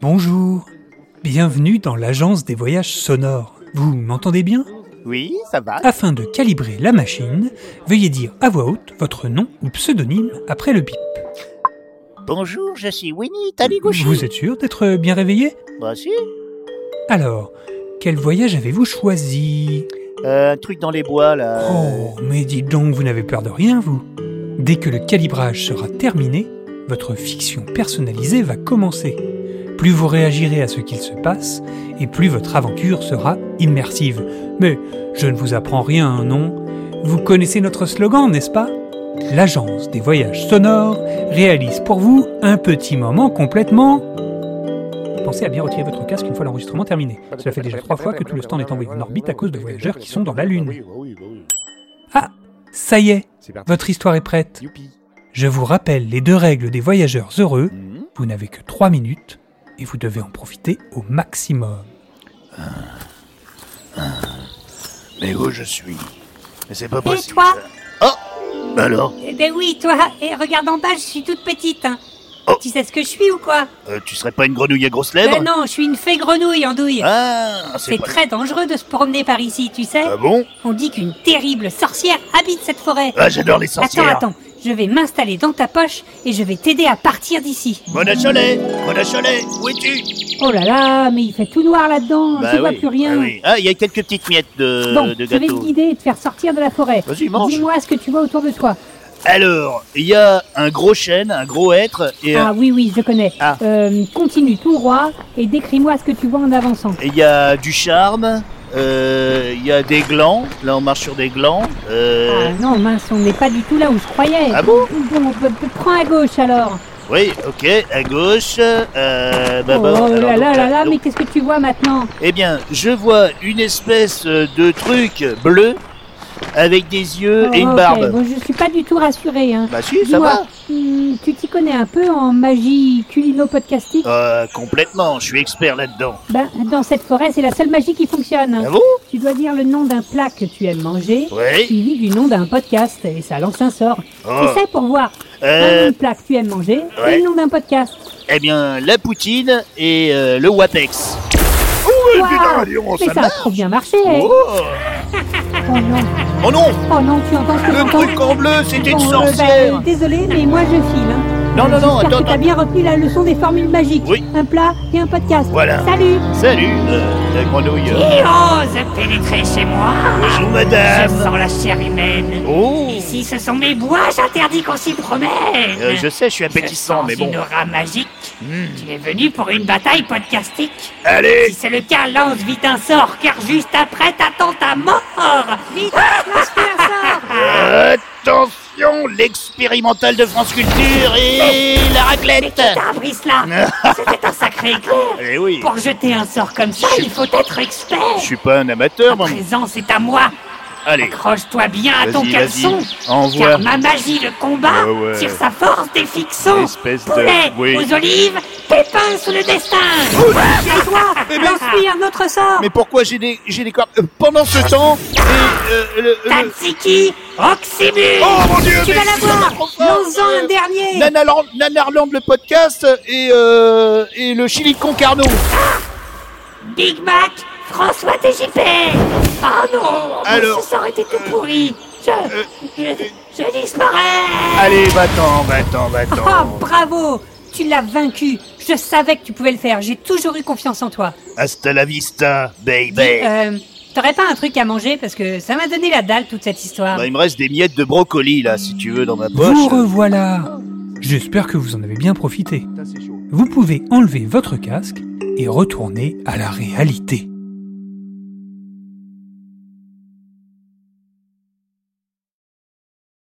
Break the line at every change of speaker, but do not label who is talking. Bonjour, bienvenue dans l'agence des voyages sonores. Vous m'entendez bien
Oui, ça va.
Afin de calibrer la machine, veuillez dire à voix haute votre nom ou pseudonyme après le bip.
Bonjour, je suis Winnie Taniguchi.
Vous êtes sûr d'être bien réveillé
Bah si.
Alors, quel voyage avez-vous choisi
Euh, un truc dans les bois, là.
Oh, mais dites donc, vous n'avez peur de rien, vous Dès que le calibrage sera terminé, votre fiction personnalisée va commencer. Plus vous réagirez à ce qu'il se passe, et plus votre aventure sera immersive. Mais je ne vous apprends rien, non Vous connaissez notre slogan, n'est-ce pas L'agence des voyages sonores réalise pour vous un petit moment complètement... Pensez à bien retirer votre casque une fois l'enregistrement terminé. Cela fait déjà trois fois que tout le stand est envoyé en orbite à cause de voyageurs qui sont dans la Lune. Ça y est,
C'est parti.
votre histoire est prête.
Youpi.
Je vous rappelle les deux règles des voyageurs heureux.
Hmm.
Vous n'avez que 3 minutes et vous devez en profiter au maximum.
Mais où je suis Mais c'est pas
Et
possible.
toi
Oh Bah alors
Eh Ben oui, toi, et regarde en bas, je suis toute petite. hein.
Oh.
Tu sais ce que je suis ou quoi
euh, Tu serais pas une grenouille à grosses lèvres
Ben non, je suis une fée grenouille, Andouille.
Ah, c'est
C'est
pas...
très dangereux de se promener par ici, tu sais.
Ah bon
On dit qu'une terrible sorcière habite cette forêt.
Ah, j'adore les sorcières.
Attends, attends, je vais m'installer dans ta poche et je vais t'aider à partir d'ici.
Mona Cholet Mona Cholet Où es-tu
Oh là là, mais il fait tout noir là-dedans,
Bah
je vois
oui,
plus rien.
Ah, oui. Ah, il y a quelques petites miettes de,
Bon,
de
je vais te
gâteau.
guider et te faire sortir de la forêt.
Vas-y, mange.
Dis-moi ce que tu vois autour de toi.
Alors, il y a un gros chêne, un gros hêtre, et euh,
Ah oui, oui, je connais.
Ah.
Euh, continue tout droit et décris-moi ce que tu vois en avançant.
il y a du charme, euh, il y a des glands. Là, on marche sur des glands.
Ah
Euh,
non, mince, on n'est pas du tout là où je croyais.
ah bon
Bon, p- p- prends à gauche alors.
Oui, ok, à gauche. Euh, bah, bah,
oh
alors,
là
donc,
là là
euh,
là,
donc,
mais qu'est-ce que tu vois maintenant
Eh bien, je vois une espèce euh, de truc bleu avec des yeux
Oh,
et Euh, une
ok,
barbe.
Bon, je suis pas du tout rassurée. Hein.
Bah si, ça
Dis-moi,
va.
hmm, tu t'y connais un peu en magie culino-podcastique
Euh, complètement, je suis expert là-dedans.
Ben, dans cette forêt, c'est la seule magie qui fonctionne.
Ah bon
Tu dois dire le nom d'un plat que tu aimes manger,
Oui.
suivi du nom d'un podcast, et ça lance un sort.
Oh,
Essaie pour voir. Un nom
euh,
de plat que tu aimes manger,
ouais.
et le nom d'un podcast.
eh bien, la poutine et euh, le Oh, Wapex.
Waouh Mais ça a trop bien marché hein.
Oh,
Oh non,
oh non
oh non, tu entends ce que
Le
j'entends
truc en bleu, c'était une
Bon, euh, bah,
sorcière
euh, désolé, mais moi je file. hein.
Non, non, non,
J'espère
attends,
que t'as
attends.
bien repris la leçon des formules magiques.
Oui.
Un plat et un podcast.
Voilà.
Salut
Salut, euh, la grenouille.
Qui ose pénétrer chez moi
Bonjour,
Je
madame.
sens la chair humaine.
Oh
Ici, ce sont mes bois, j'interdis qu'on s'y promène.
Euh, Je sais, je suis
Je
appétissant,
sens
mais bon.
une aura magique.
Hmm.
Tu es venu pour une bataille podcastique Si
Allez
c'est le cas, lance vite un sort, car juste après, t'attends ta mort
Vite, lâche-toi un sort
Ah.
Attention, l'expérimental de France Culture et la
Mais qui
raclette
t'a appris cela C'était un sacré éclair
Eh oui,
Pour jeter un sort comme ça, il faut être
je
expert
suis pas un amateur,
À
moi.
présent, c'est à moi
Allez,
Accroche-toi bien à ton
vas-y,
caleçon
vas-y, envoie.
Car ma magie de combat
Ouais, ouais.
tire sa force des fictions.
Espèce de-
Poulet
oui.
aux olives, pépins sous le destin. Ah,
Et toi Lance-lui un autre sort
Mais pourquoi j'ai des, j'ai des cordes Euh, Pendant ce temps, et, euh, le- le-
Tatsiki, Oxybus.
Oh mon dieu
Tu
mais
vas
c'est
l'avoir
trop fort.
Lance-en un
Euh,
dernier
Nanarland, Nanarland, le podcast et, euh, et le Chili de Concarneau.
Big Mac, François TJP. Oh non,
Alors,
ce sort était tout
Euh,
pourri. Je, je, je disparais.
Allez, va-t'en, va-t'en,
Ah,
va-t'en.
bravo Tu l'as vaincu Je savais que tu pouvais le faire, j'ai toujours eu confiance en toi.
Hasta la vista, baby.
Euh, T'aurais pas un truc à manger parce que ça m'a donné la dalle toute cette histoire.
Bah, il me reste des miettes de brocoli là, si tu veux, dans ma poche.
Vous revoilà J'espère que vous en avez bien profité.
Putain, c'est chaud.
Vous pouvez enlever votre casque et retourner à la réalité.